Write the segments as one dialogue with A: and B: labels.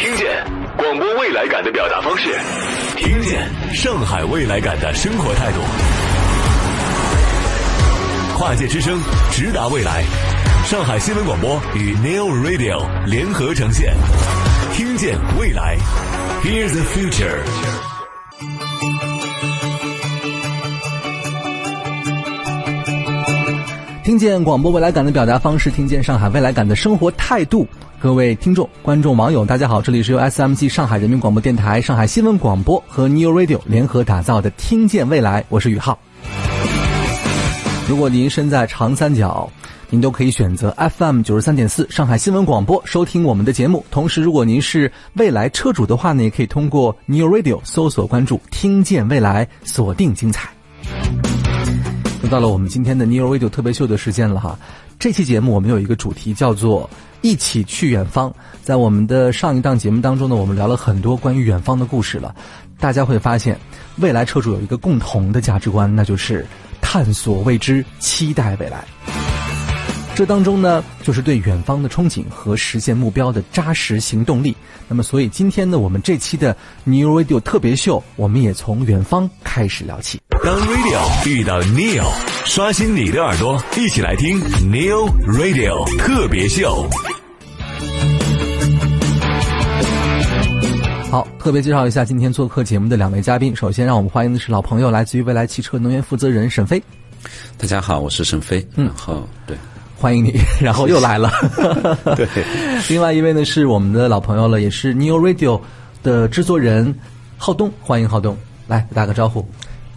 A: 听见广播未来感的表达方式，听见上海未来感的生活态度。跨界之声，直达未来。上海新闻广播与 Neo Radio 联合呈现，听见未来，Hear the future。
B: 听见广播未来感的表达方式，听见上海未来感的生活态度。各位听众、观众、网友，大家好，这里是由 SMG 上海人民广播电台、上海新闻广播和 New Radio 联合打造的《听见未来》，我是宇浩。如果您身在长三角，您都可以选择 FM 九十三点四上海新闻广播收听我们的节目。同时，如果您是未来车主的话呢，也可以通过 New Radio 搜索关注“听见未来”，锁定精彩。又到了我们今天的 New Radio 特别秀的时间了哈。这期节目我们有一个主题叫做“一起去远方”。在我们的上一档节目当中呢，我们聊了很多关于远方的故事了。大家会发现，未来车主有一个共同的价值观，那就是探索未知，期待未来。这当中呢，就是对远方的憧憬和实现目标的扎实行动力。那么，所以今天呢，我们这期的 New Radio 特别秀，我们也从远方开始聊起。
A: 当 Radio 遇到 Neo，刷新你的耳朵，一起来听 Neo Radio 特别秀。
B: 好，特别介绍一下今天做客节目的两位嘉宾。首先，让我们欢迎的是老朋友，来自于未来汽车能源负责人沈飞，
C: 大家好，我是沈飞。
B: 嗯
C: 然后对，
B: 欢迎你。然后又来了。
C: 对，
B: 另外一位呢是我们的老朋友了，也是 Neo Radio 的制作人浩东，欢迎浩东，来打个招呼。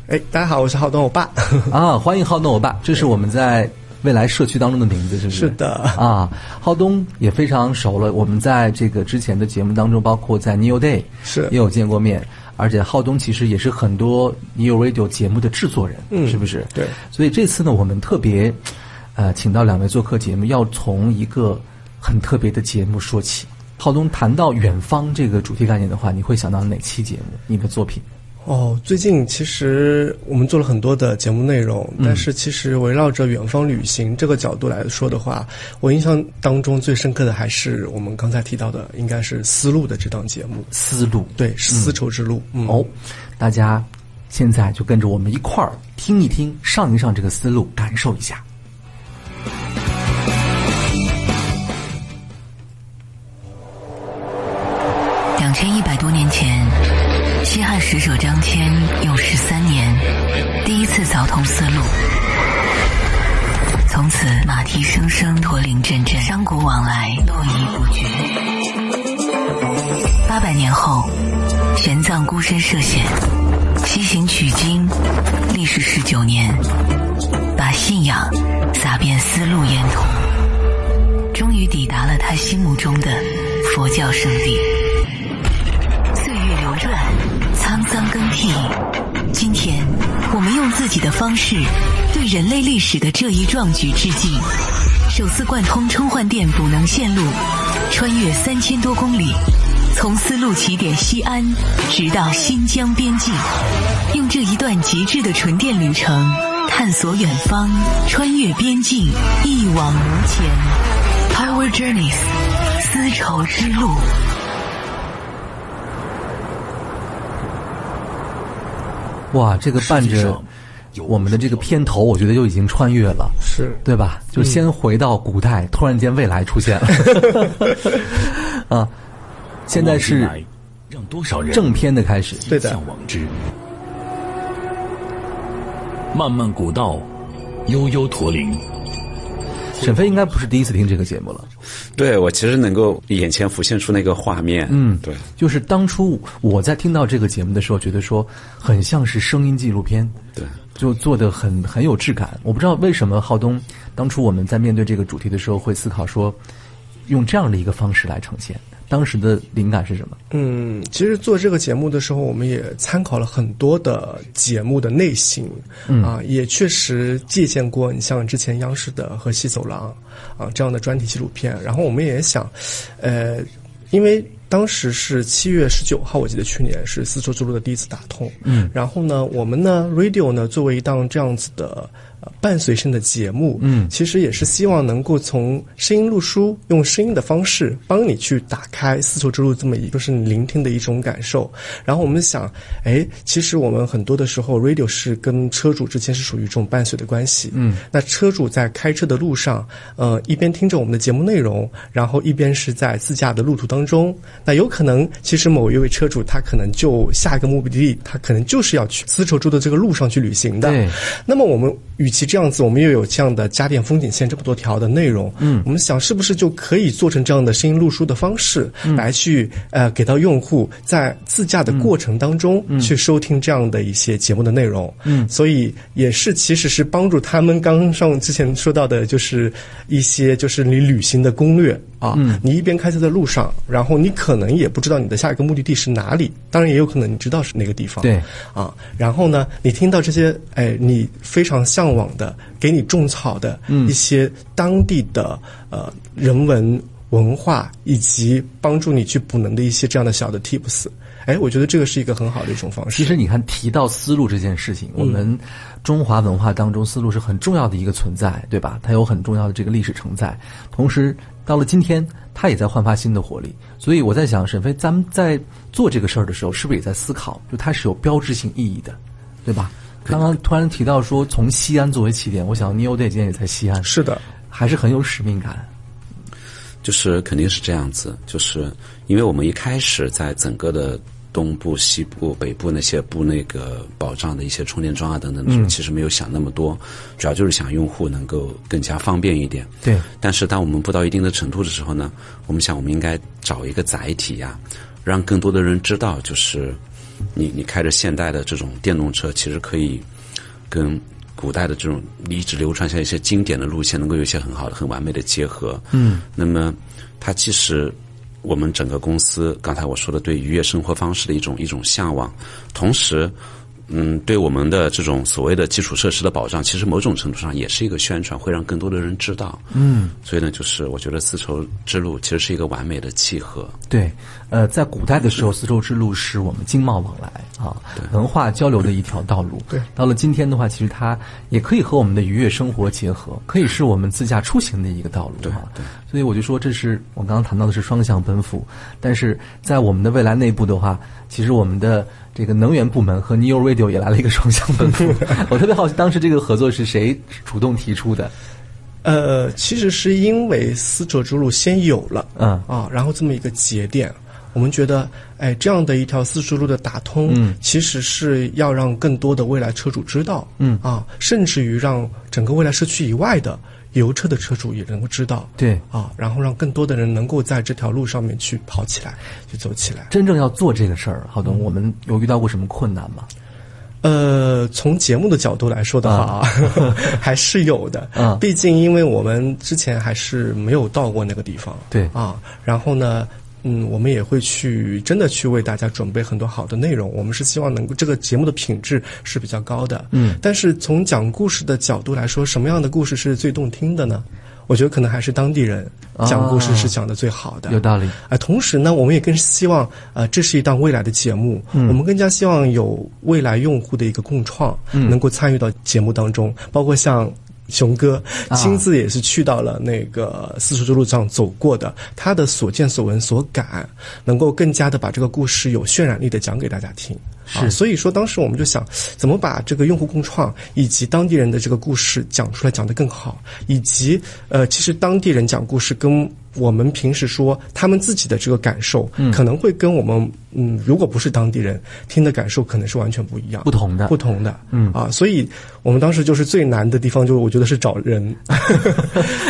D: 哎，大家好，我是浩东，我爸。
B: 啊，欢迎浩东欧巴，这是我们在未来社区当中的名字，是不是？
D: 是的
B: 啊，浩东也非常熟了，我们在这个之前的节目当中，包括在 New Day
D: 是
B: 也有见过面，而且浩东其实也是很多 New Radio 节目的制作人，
D: 嗯
B: 是不是？
D: 对
B: 所以这次呢，我们特别呃，请到两位做客节目，要从一个很特别的节目说起。浩东谈到远方这个主题概念的话，你会想到哪期节目？你的作品？
D: 哦，最近其实我们做了很多的节目内容，但是其实围绕着远方旅行这个角度来说的话，我印象当中最深刻的还是我们刚才提到的，应该是《丝路》的这档节目。
B: 思路
D: 对，是丝绸之路。嗯
B: 哦，大家现在就跟着我们一块儿听一听、上一上这个思路，感受一下。
E: 两千一百多年前，西汉使者张骞用十三年第一次凿通丝路，从此马蹄声声，驼铃阵阵，商贾往来络绎不绝。八百年后，玄奘孤身涉险，西行取经，历时十九年，把信仰撒遍丝路沿途。终于抵达了他心目中的佛教圣地。岁月流转，沧桑更替。今天，我们用自己的方式，对人类历史的这一壮举致敬。首次贯通充换电补能线路，穿越三千多公里，从丝路起点西安，直到新疆边境，用这一段极致的纯电旅程，探索远方，穿越边境，一往无前。Power Journeys，丝绸之路。
B: 哇，这个伴着我们的这个片头，我觉得就已经穿越了。
D: 是
B: 对吧？就先回到古代，突然间未来出现了，啊，现在是
A: 让多少人
B: 正片的开始，
D: 对的
A: 向往之。漫漫古道，悠悠驼铃，
B: 沈飞应该不是第一次听这个节目了。
C: 对我其实能够眼前浮现出那个画面。嗯，对，
B: 就是当初我在听到这个节目的时候，觉得说很像是声音纪录片，
C: 对，
B: 就做的很很有质感。我不知道为什么浩东当初我们在面对这个主题的时候会思考说，用这样的一个方式来呈现，当时的灵感是什么？
D: 嗯，其实做这个节目的时候，我们也参考了很多的节目的类型，啊，也确实借鉴过你像之前央视的《河西走廊》啊这样的专题纪录片。然后我们也想，呃，因为当时是七月十九号，我记得去年是丝绸之路的第一次打通，嗯，然后呢，我们呢 Radio 呢作为一档这样子的呃伴随性的节目，嗯，其实也是希望能够从声音录书，用声音的方式帮你去打开丝绸之路这么一，就是你聆听的一种感受。然后我们想，哎，其实我们很多的时候，radio 是跟车主之间是属于这种伴随的关系，嗯，那车主在开车的路上，呃，一边听着我们的节目内容，然后一边是在自驾的路途当中，那有可能其实某一位车主他可能就下一个目的地，他可能就是要去丝绸之路的这个路上去旅行的，
B: 对
D: 那么我们与其这样子，我们又有这样的家电风景线这么多条的内容，嗯，我们想是不是就可以做成这样的声音录书的方式，来去呃给到用户在自驾的过程当中去收听这样的一些节目的内容，嗯，所以也是其实是帮助他们刚上之前说到的，就是一些就是你旅行的攻略。啊，你一边开车在路上，然后你可能也不知道你的下一个目的地是哪里，当然也有可能你知道是哪个地方，
B: 对
D: 啊，然后呢，你听到这些，哎，你非常向往的，给你种草的
B: 嗯
D: 一些当地的、呃人文文化，以及帮助你去补能的一些这样的小的 tips，哎，我觉得这个是一个很好的一种方式。
B: 其实你看，提到丝路这件事情，我们中华文化当中，丝路是很重要的一个存在，对吧？它有很重要的这个历史承载。同时，到了今天，它也在焕发新的活力。所以我在想，沈飞，咱们在做这个事儿的时候，是不是也在思考，就它是有标志性意义的，对吧？刚刚突然提到说，从西安作为起点，我想 Neo Day 今天也在西安，
D: 是的，
B: 还是很有使命感。
C: 就是肯定是这样子，就是因为我们一开始在整个的东部、西部、北部那些布那个保障的一些充电桩啊等等的
B: 嗯
C: 时候，其实没有想那么多，主要就是想用户能够更加方便一点。
B: 对
C: 但是当我们布到一定的程度的时候呢，我们想我们应该找一个载体呀、让更多的人知道，就是你你开着现代的这种电动车，其实可以跟古代的这种一直流传下来一些经典的路线，能够有一些很好的、很完美的结合。嗯，那么它其实我们整个公司刚才我说的对愉悦生活方式的一种一种向往，同时。嗯，对我们的这种所谓的基础设施的保障，其实某种程度上也是一个宣传，会让更多的人知道。嗯，所以呢，就是我觉得丝绸之路其实是一个完美的契合。
B: 对，呃，在古代的时候，丝绸之路是我们经贸往来啊、文化交流的一条道路。
D: 对
B: 到了今天的话，其实它也可以和我们的愉悦生活结合，可以是我们自驾出行的一个道路啊。对，所以我就说，这是我刚刚谈到的是双向奔赴，但是在我们的未来内部的话，其实我们的这个能源部门和 Neo Radio 也来了一个双向奔 赴。我特别好奇，当时这个合作是谁主动提出的？
D: 呃，其实是因为丝绸之路先有了，
B: 嗯
D: 啊，然后这么一个节点，我们觉得，哎，这样的一条丝绸之路的打通，嗯，其实是要让更多的未来车主知道，嗯啊，甚至于让整个未来社区以外的油车的车主也能够知道，
B: 对
D: 啊，然后让更多的人能够在这条路上面去跑起来，去走起来。
B: 真正要做这个事儿，郝
D: 嗯
B: 东，我们有遇到过什么困难吗？
D: 呃，从节目的角度来说的话， 还是有的。
B: 嗯
D: 毕竟因为我们之前还是没有到过那个地方。
B: 对
D: 啊，然后呢，嗯，我们也会去真的去为大家准备很多好的内容。我们是希望能够这个节目的品质是比较高的。嗯，但是从讲故事的角度来说，什么样的故事是最动听的呢？我觉得可能还是当地人讲故事是讲的最好的。
B: 有道理。
D: 啊，同时呢，我们也更希望，呃，这是一档未来的节目，
B: 嗯
D: 我们更加希望有未来用户的一个共创，
B: 嗯
D: 能够参与到节目当中，包括像。熊哥
B: 啊
D: 亲自也是去到了那个丝绸之路上走过的，他的所见所闻所感，能够更加的把这个故事有渲染力的讲给大家听。
B: 是
D: 啊，所以说当时我们就想，怎么把这个用户共创以及当地人的这个故事讲出来，讲得更好，以及呃，其实当地人讲故事跟我们平时说他们自己的这个感受，
B: 嗯
D: 可能会跟我们嗯，如果不是当地人听的感受，可能是完全不一样，
B: 不同的
D: 不同的，嗯啊，所以我们当时就是最难的地方，就是我觉得是找 人，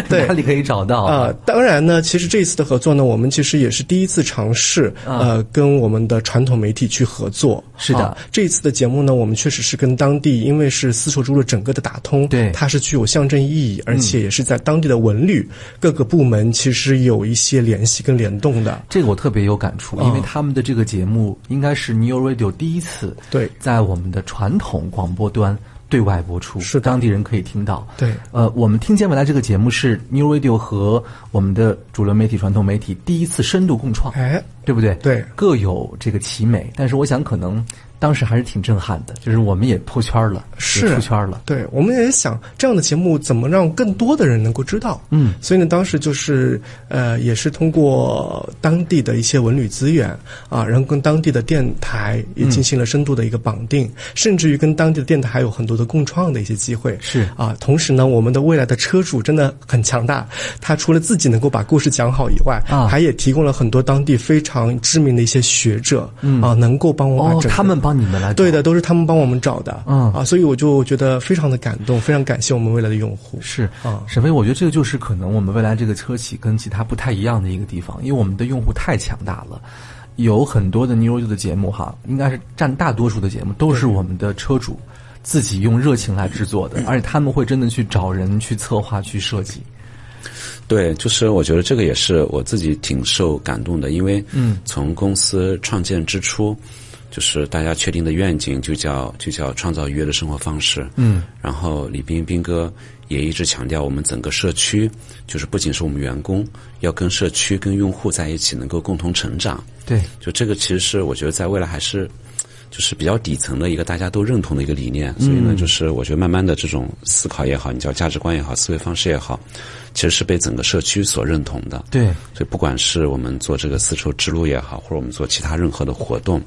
D: 对
B: 哪。里可以找到？
D: 啊、当然呢，其实这一次的合作呢，我们其实也是第一次尝试，呃，跟我们的传统媒体去合作。
B: 啊是的
D: 啊这一次的节目呢，我们确实是跟当地，因为是丝绸之路整个的打通，
B: 对
D: 它是具有象征意义，而且也是在当地的文旅、各个部门其实有一些联系跟联动的。
B: 这个我特别有感
D: 嗯
B: 触，因为他们的这个节目应该是 New Radio 第一次
D: 对
B: 在我们的传统广播端对外播出，
D: 是的
B: 当地人可以听到。
D: 对
B: 呃，我们听见未来这个节目是 New Radio 和我们的主流媒体、传统媒体第一次深度共创，
D: 哎，
B: 对不对？
D: 对
B: 各有这个其美，但是我想可能当时还是挺震撼的，就是我们也破圈了，
D: 是
B: 也出圈了。
D: 对，我们也想这样的节目怎么让更多的人能够知道。
B: 嗯，
D: 所以呢，当时就是呃，也是通过当地的一些文旅资源啊，然后跟当地的电台也
B: 嗯
D: 进行了深度的一个绑定，甚至于跟当地的电台还有很多的共创的一些机会。
B: 是
D: 啊，同时呢，我们的未来的车主真的很强大，他除了自己能够把故事讲好以外，
B: 啊
D: 还也提供了很多当地非常知名的一些学者、啊，能够帮我们把
B: 哦
D: 整，个
B: 他们帮你们来
D: 对
B: 找
D: 的，都是他们帮我们找的。
B: 嗯
D: 啊，所以我就觉得非常的感动，非常感谢我们未来的用户。
B: 是
D: 啊
B: 沈飞，我觉得这个就是可能我们未来这个车企跟其他不太一样的一个地方，因为我们的用户太强大了，有很多的 New Radio 的节目哈，应该是占大多数的节目都是我们的车主自己用热情来制作的，而且他们会真的去找人去策划、去设计。
C: 对，就是我觉得这个也是我自己挺受感动的，因为从公司创建之初，就是大家确定的愿景就叫就叫创造愉悦的生活方式。嗯，然后李斌斌哥也一直强调，我们整个社区就是不仅是我们员工，要跟社区跟用户在一起能够共同成长。
B: 对，
C: 就这个其实是我觉得在未来还是就是比较底层的一个大家都认同的一个理念，所以呢，就是我觉得慢慢的这种思考也好，你叫价值观也好，思维方式也好，其实是被整个社区所认同的。
B: 对，
C: 所以不管是我们做这个丝绸之路也好，或者我们做其他任何的活动，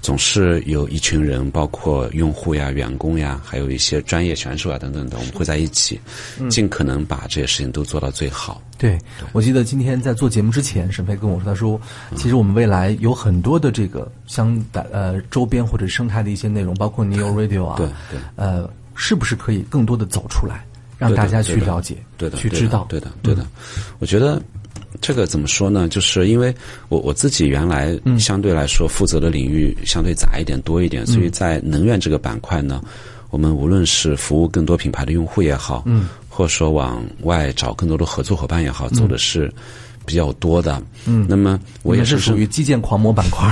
C: 总是有一群人，包括用户呀、员工呀，还有一些专业选手啊等等的，我们会在一起，尽可能把这些事情都做到最好。
B: 对，我记得今天在做节目之前，沈飞跟我说，他说，
C: 嗯
B: 其实我们未来有很多的这个相反呃周边或者生态的一些内容，包括 Neo Radio 啊，
C: 对对
B: 呃，是不是可以更多的走出来，让
C: 对的
B: 大家去
C: 对的
B: 了解，
C: 对的，
B: 去
C: 对
B: 知
C: 的
B: 道，嗯
C: 对的，对的。我觉得这个怎么说呢？就是因为我我自己原来
B: 嗯
C: 相对来说负责的领域相对杂一点、多一点，所以在能源这个板块呢，我们无论是服务更多品牌的用户也好，嗯，或者说往外找更多的合作伙伴也
B: 嗯
C: 好，走的是比较多的。嗯，那么我
B: 也
C: 也
B: 是
C: 是
B: 属于基建狂魔板 块。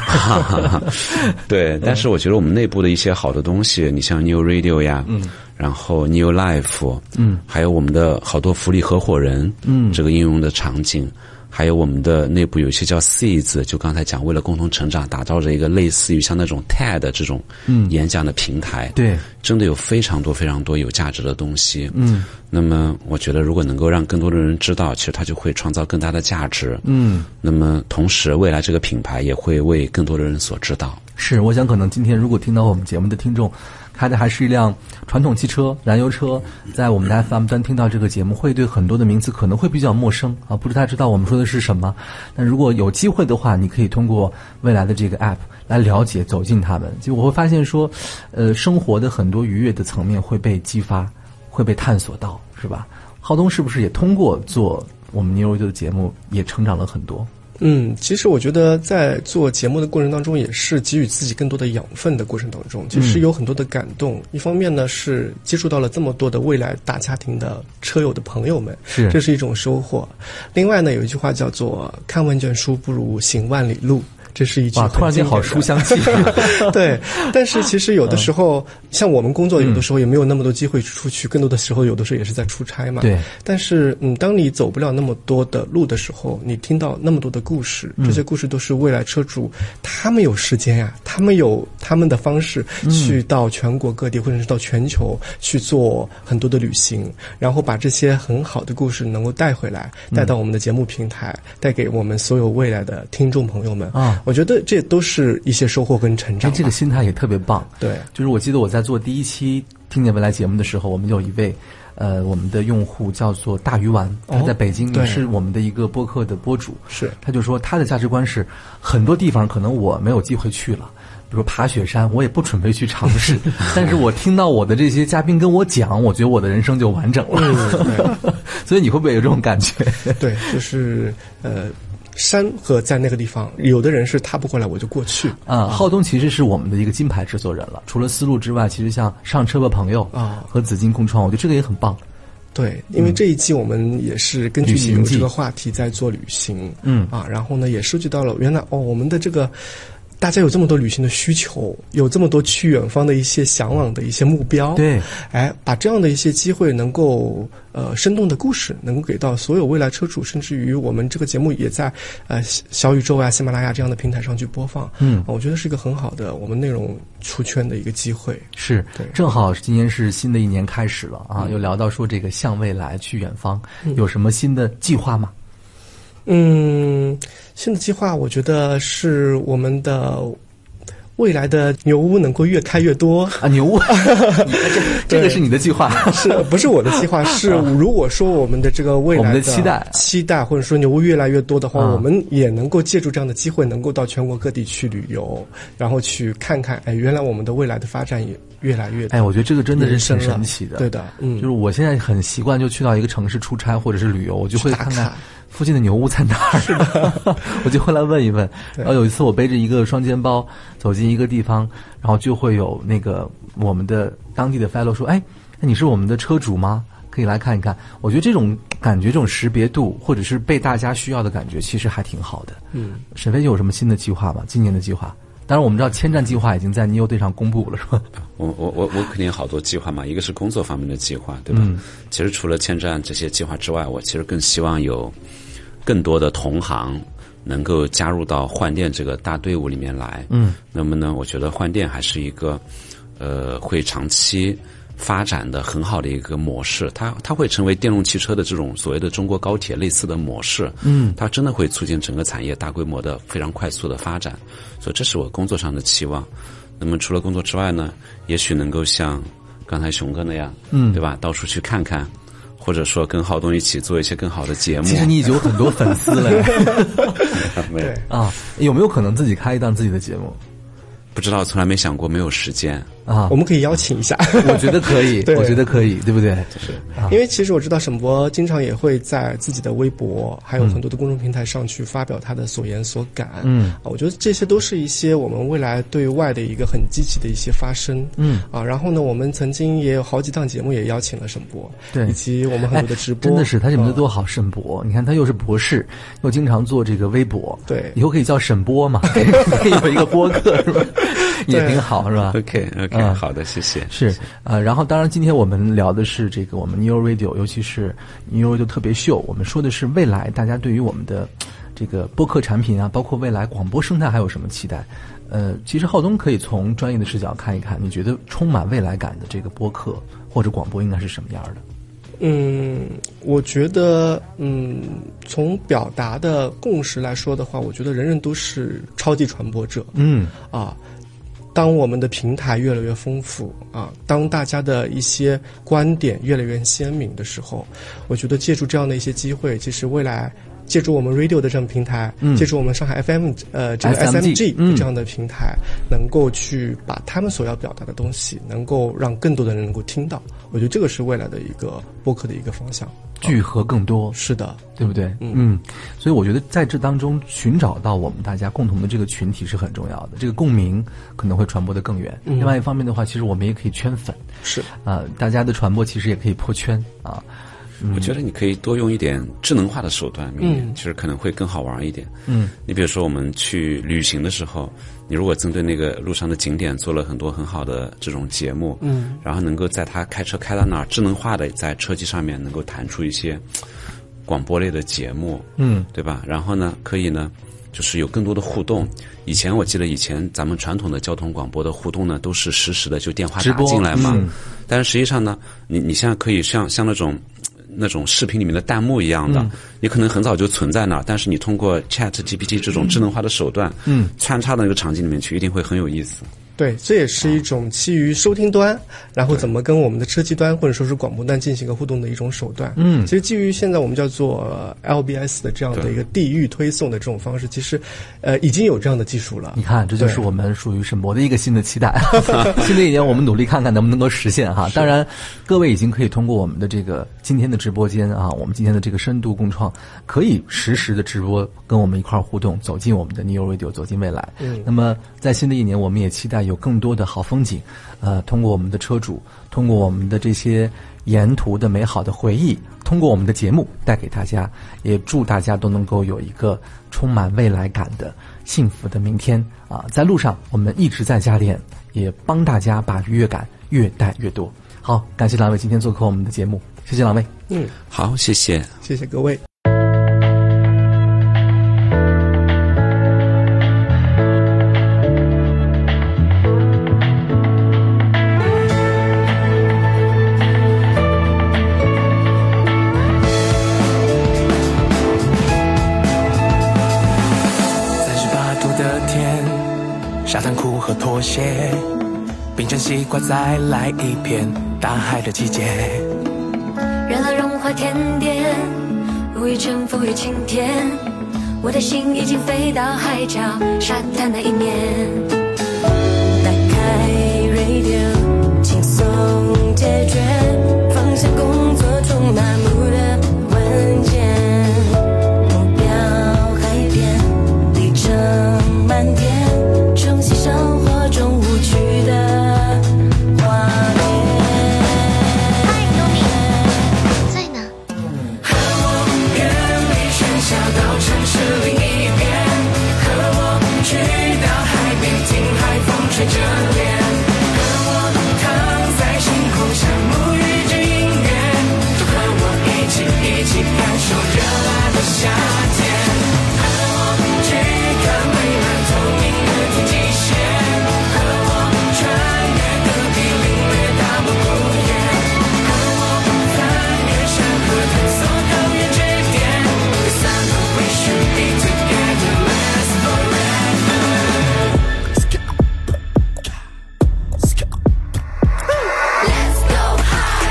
C: 对，但是我觉得我们内部的一些好的东西，你像 New Radio 呀，嗯，然后 New Life，嗯，还有我们的好多福利合伙人，嗯，这个应用的场景，还有我们的内部有一些叫 Seeds，就刚才讲为了共同成长，打造着一个类似于像那种 TED 这种演讲的平台，
B: 对，
C: 真的有非常多非常多有价值的东西。嗯，那么我觉得如果能够让更多的人知道，其实它就会创造更大的价值。嗯，那么同时未来这个品牌也会为更多的人所知道。
B: 是，我想可能今天如果听到我们节目的听众，开的还是一辆传统汽车、燃油车，在我们的 FM 端听到这个节目，会对很多的名词可能会比较陌生啊，不知太知道我们说的是什么。但如果有机会的话，你可以通过未来的这个 App 来了解、走进他们。结果会发现说，呃，生活的很多愉悦的层面会被激发，会被探索到，是吧？浩东是不是也通过做我们牛肉的节目，也成长了很多？
D: 嗯，其实我觉得在做节目的过程当中，也是给予自己更多的养分的过程当
B: 嗯
D: 中，其实有很多的感动。一方面呢，是接触到了这么多的未来大家庭的车友的朋友们，
B: 是
D: 这是一种收获。另外呢，有一句话叫做“看万卷书不如行万里路”，这是一句
B: 哇，
D: 很
B: 突然间好
D: 经典的
B: 书香气。
D: 对，但是其实有的时候，
B: 嗯
D: 像我们工作，有的时候也没有那么多机会出去，更多的时候，有的时候也是在出差嘛。
B: 对。
D: 但是，嗯，当你走不了那么多的路的时候，你听到那么多的故事，
B: 嗯
D: 这些故事都是未来车主他们有时间呀、他们有他们的方式去到全国各地，或者是到全球去做很多的旅行，然后把这些很好的故事能够带回来，带到我们的节目平台，带给我们所有未来的听众朋友们
B: 啊
D: 我觉得这都是一些收获跟成
B: 哎，
D: 长吧。
B: 这个心态也特别棒。
D: 对
B: 就是我记得我在做第一期《听见未来》节目的时候，我们有一位，呃，我们的用户叫做大鱼丸，他
D: 哦
B: 在北京也
D: 对
B: 是我们的一个播客的播主，
D: 是
B: 他就说他的价值观是，很多地方可能我没有机会去了。比如爬雪山，我也不准备去尝 试，但是我听到我的这些嘉宾跟我讲，我觉得我的人生就完整了。 所以你会不会有这种感觉？
D: 对，就是呃，山河在那个地方，有的人是踏不过来，我就过去。
B: 啊，浩东其实是我们的一个金牌制作人了。除了思路之外，其实像上车吧朋友
D: 啊
B: 和紫金共创，我觉得这个也很棒。
D: 对，因为这一季我们也是根
B: 嗯
D: 据
B: 旅行
D: 旅游
B: 季
D: 这个话题在做旅行，
B: 嗯
D: 啊，然后呢也收集到了原来哦，我们的这个大家有这么多旅行的需求，有这么多去远方的一些向往的一些目标，
B: 对，
D: 哎，把这样的一些机会能够呃生动的故事，能够给到所有未来车主，甚至于我们这个节目也在呃小宇宙啊、喜马拉雅这样的平台上去播放，
B: 嗯
D: 啊我觉得是一个很好的我们内容出圈的一个机会。
B: 是
D: 对，
B: 正好今年是新的一年开始了啊，又聊到说这个向未来去远方，有什么新的计划吗？
D: 嗯，新的计划我觉得是我们的未来的牛屋能够越开越 多。
B: 啊，牛屋，这这个是你的计划，
D: 是不是我的 计划？是如果说我们的这个未来
B: 我们的期待
D: 期待或者说牛屋越来越多的话，
B: 嗯
D: 我们也能够借助这样的机会，能够到全国各地去旅游，然后去看看，哎，原来我们的未来的发展也越来越
B: 哎，我觉得这个真的是
D: 延伸
B: 挺
D: 了
B: 神奇的。
D: 对的嗯
B: 就是我现在很习惯，就去到一个城市出差或者是旅游，我就会
D: 去打
B: 看看
D: 卡
B: 附近的牛屋在哪儿， 我就会来问一问。然后有一次我背着一个双肩包走进一个地方，然后就会有那个我们的当地的 fellow 说：“哎，那你是我们的车主吗？”可以来看一看，我觉得这种感觉、这种识别度，或者是被大家需要的感觉，其实还挺好的。嗯，沈飞有什么新的计划吗？今年的计划？当然，我们知道签站计划已经在 NEO 队上公布了，是吧？
C: 我我我我肯定有好多计划嘛，一个是工作方面的计划，对吧？其实除了签站这些计划之外，我其实更希望有更多的同行能够加入到换电这个大队伍里面来。嗯，那么呢，我觉得换电还是一个呃会长期发展的很好的一个模式，它它会成为电动汽车的这种所谓的中国高铁类似的模式。嗯，它真的会促进整个产业大规模的非常快速的发展，所以这是我工作上的期望。那么除了工作之外呢，也许能够像刚才熊哥那样，嗯，对吧？到处去看看，或者说跟浩东一起做一些更好的节目。
B: 其实你已经有很多粉丝 了呀
C: 没有
D: 对
B: 啊，有没有可能自己开一档自己的节目
C: 不知道，从来没想过没有时间。
B: 啊
D: 我？们可以邀请一下，
B: 我觉得可以，
D: 对
B: 我觉得可以，对不对？
D: 因为其实我知道沈博经常也会在自己的微博，还有很多的公众平台上去发表他的所言所感。
B: 嗯
D: 啊，我觉得这些都是一些我们未来对外的一个很积极的一些发声。
B: 嗯
D: 啊，然后呢，我们曾经也有好几档节目也邀请了沈博，
B: 对
D: 以及我们很
B: 哎
D: 多的直，播，
B: 真的是他这名字
D: 啊
B: 多好，沈博。你看他又是博士，又经常做这个微博，
D: 对
B: 以后可以叫沈波嘛， 可以可以有一个播客是吧？也
D: 对
B: 挺好是吧？
C: OK OK，、
B: 嗯
C: 好的，谢谢。
B: 是呃，然后当然今天我们聊的是这个我们 New Radio，尤其是 New Radio 特别秀，我们说的是未来大家对于我们的这个播客产品啊，包括未来广播生态还有什么期待？呃，其实浩东可以从专业的视角看一看，你觉得充满未来感的这个播客或者广播应该是什么样的？
D: 嗯，我觉得，嗯，从表达的共识来说的话，我觉得人人都是超级传播者。
B: 嗯
D: 啊，当我们的平台越来越丰富啊，当大家的一些观点越来越鲜明的时候，我觉得借助这样的一些机会，其实未来。借助我们 Radio 的这样平台，
B: 嗯
D: 借助我们上海 FM 呃这个
B: SMG
D: SMG
B: 嗯
D: 的这样的平台，能够去把他们所要表达的东西，能够让更多的人能够听到。我觉得这个是未来的一个播客的一个方向。
B: 聚合更多，
D: 是的，
B: 对不对？
D: 哦嗯
B: 所以我觉得在这当中寻找到我们大家共同的这个群体是很重要的，这个共鸣可能会传播的更远。
D: 嗯
B: 另外一方面的话，其实我们也可以圈粉，
D: 是
B: 啊、大家的传播其实也可以破圈啊。
C: 我觉得你可以多用一点智能化的手段，明年
D: 嗯
C: 其实可能会更好玩一点。
B: 嗯，
C: 你比如说我们去旅行的时候，你如果针对那个路上的景点做了很多很好的这种节目，
D: 嗯，
C: 然后能够在他开车开到哪儿，智能化的在车机上面能够弹出一些广播类的节目，
B: 嗯，
C: 对吧？然后呢，可以呢，就是有更多的互动。以前我记得以前咱们传统的交通广播的互动呢，都是实时的，就电话
B: 直
C: 打
B: 播
C: 进来嘛。
B: 嗯
C: 但是实际上呢，你你现在可以像像那种。那种视频里面的弹幕一样
B: 嗯
C: 的，你可能很早就存在那儿，但是你通过 Chat GPT 这种智能化的手段，嗯，穿插到那个场景里面去，一定会很有意思。
D: 对，这也是一种基于收听端，然后怎么跟我们的车机端或者说是广播端进行一个互动的一种手段。嗯，其实基于现在我们叫做呃 LBS 的这样的一个地域推送的这种方式，其实，呃，已经有这样的技术了。
B: 你看，这就是
D: 对
B: 我们属于沈博的一个新的期待。新的一年，我们努力看看能不能够实现哈。当然，各位已经可以通过我们的这个今天的直播间啊，我们今天的这个深度共创，可以实时的直播跟我们一块儿互动，走进我们的 New Radio，走进未来。
D: 嗯
B: 那么在新的一年，我们也期待有更多的好风景，呃，通过我们的车主，通过我们的这些沿途的美好的回忆。通过我们的节目带给大家，也祝大家都能够有一个充满未来感的幸福的明天啊！在路上，我们一直在加点，也帮大家把愉悦感越带越多。好，感谢两位今天做客我们的节目，谢谢两位。
D: 嗯，
C: 好，谢谢。
D: 谢谢各位。
F: 三十八度的天，沙滩裤和拖鞋，冰镇西瓜再来一片，大海的季节。
G: 热浪融化甜点，无意间风雨晴天，我的心已经飞到海角沙滩那一面。打开 radio，轻松解决，放下工作中麻木的文件，目标海边，里程满点，重新生活中无趣的画面。
H: 嗨，优米，在呢。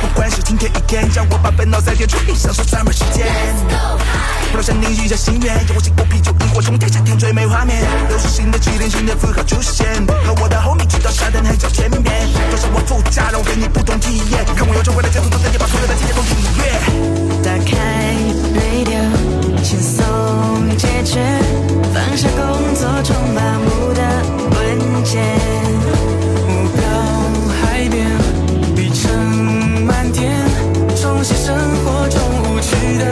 F: 不管是今天一天，让我把烦恼再点处理，享受 summer 时间。不到山顶一下心愿，有我心不啤酒，萤火虫在夏天最美画面。又是新的起点，新的符号出现，和我的 homie 直到沙滩海角见面。坐上我副驾，让我给你不同体验，看我用周围的角度都带你把所有的体验都领略。
G: 打开 radio，轻松解决，放下工作中麻木的文件。
F: 目标海边，里程满点，重现生活中无趣的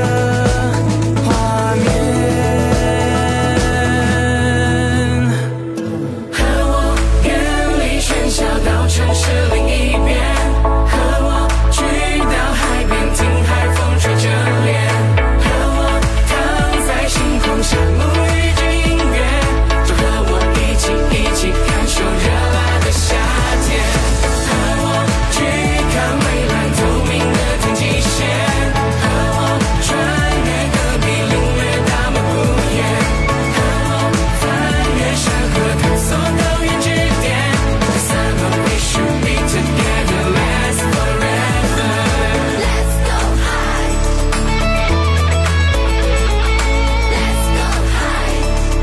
F: 画面。和我远离喧嚣，到城市另一边，和我去到海边，听海风吹着脸，和我躺在星空下沐浴着音乐，就和我一起一起感受热辣的夏天，和我去看蔚蓝透明的天际线，和我穿越戈壁，领略大漠不远，和我翻越山河，探索高原之巅。The summer we should be together, last forever.
H: Let's go high. Let's go high. Let's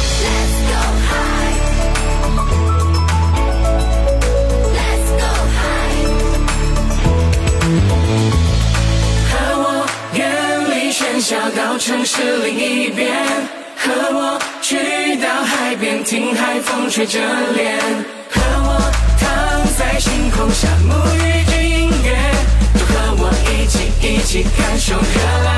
H: go high. Let's go high.
F: 和我远离喧嚣，到城市另一边；和我去到海边，听海风吹着脸；和我躺在星空下，沐浴着音乐，就和我一起一起感受热辣。